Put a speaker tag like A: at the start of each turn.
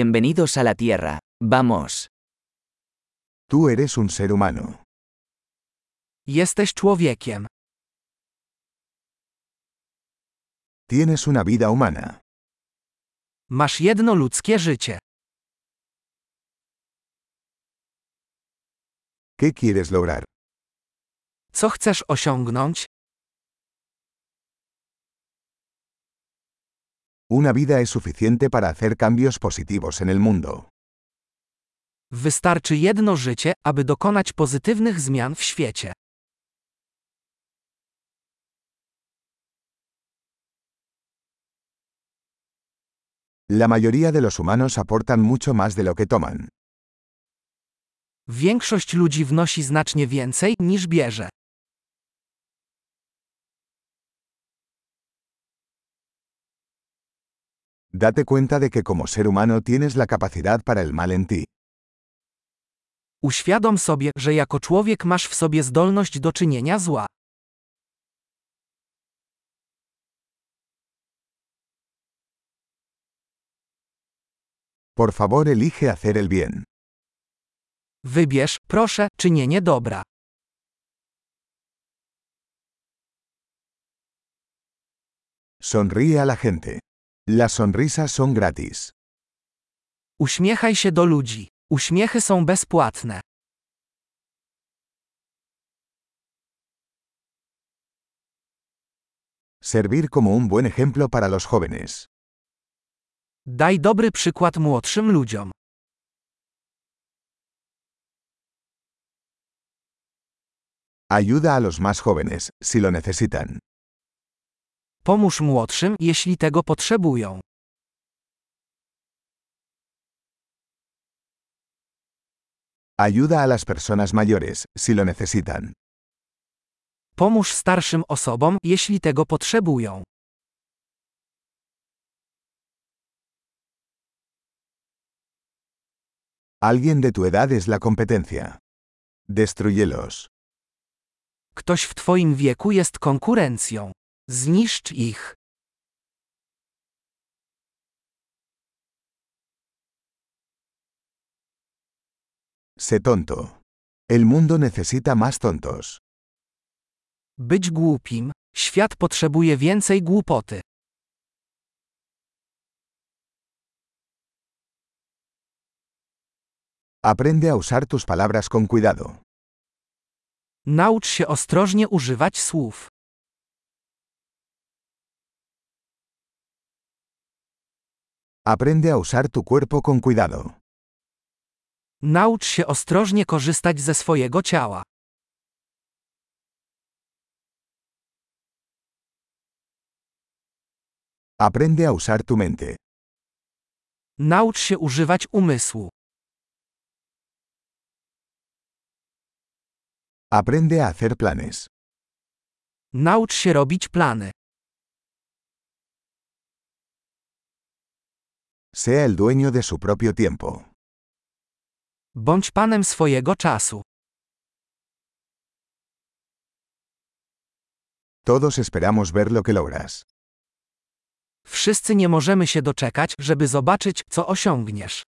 A: Bienvenidos a la Tierra. Vamos.
B: Tú eres un ser humano.
C: Jesteś człowiekiem.
B: Tienes una vida humana.
C: Masz jedno ludzkie życie.
B: ¿Qué quieres lograr?
C: Co chcesz osiągnąć?
B: Una vida es suficiente para hacer cambios positivos en el mundo.
C: Wystarczy jedno życie, aby dokonać pozytywnych zmian w świecie.
B: La mayoría de los humanos aportan mucho más de lo que toman.
C: Większość ludzi wnosi znacznie więcej niż bierze.
B: Date cuenta de que como ser humano tienes la capacidad para el mal en ti.
C: Uświadom sobie, że jako człowiek masz w sobie zdolność do czynienia zła.
B: Por favor, elige hacer el bien.
C: Wybierz, proszę, czynienie dobra.
B: Sonríe a la gente. Las sonrisas son gratis.
C: Uśmiechaj się do ludzi. Uśmiechy są bezpłatne.
B: Servir como un buen ejemplo para los jóvenes.
C: Daj dobry przykład młodszym ludziom.
B: Ayuda a los más jóvenes, si lo necesitan.
C: Pomóż młodszym, jeśli tego potrzebują.
B: Ayuda a las personas mayores, si lo necesitan.
C: Pomóż starszym osobom, jeśli tego potrzebują.
B: Alguien de tu edad es la competencia. Destruyelos.
C: Ktoś w Twoim wieku jest konkurencją. Zniszcz ich.
B: Sé tonto. El mundo necesita más tontos.
C: Być głupim. Świat potrzebuje więcej głupoty.
B: Aprende a usar tus palabras con cuidado.
C: Naucz się ostrożnie używać słów.
B: Aprende a usar tu cuerpo con cuidado.
C: Naucz się ostrożnie korzystać ze swojego ciała.
B: Aprende a usar tu mente.
C: Naucz się używać umysłu.
B: Aprende a hacer planes.
C: Naucz się robić plany.
B: Sea el dueño de su propio tiempo.
C: Bądź panem swojego czasu.
B: Todos esperamos ver lo que logras.
C: Wszyscy nie możemy się doczekać, żeby zobaczyć, co osiągniesz.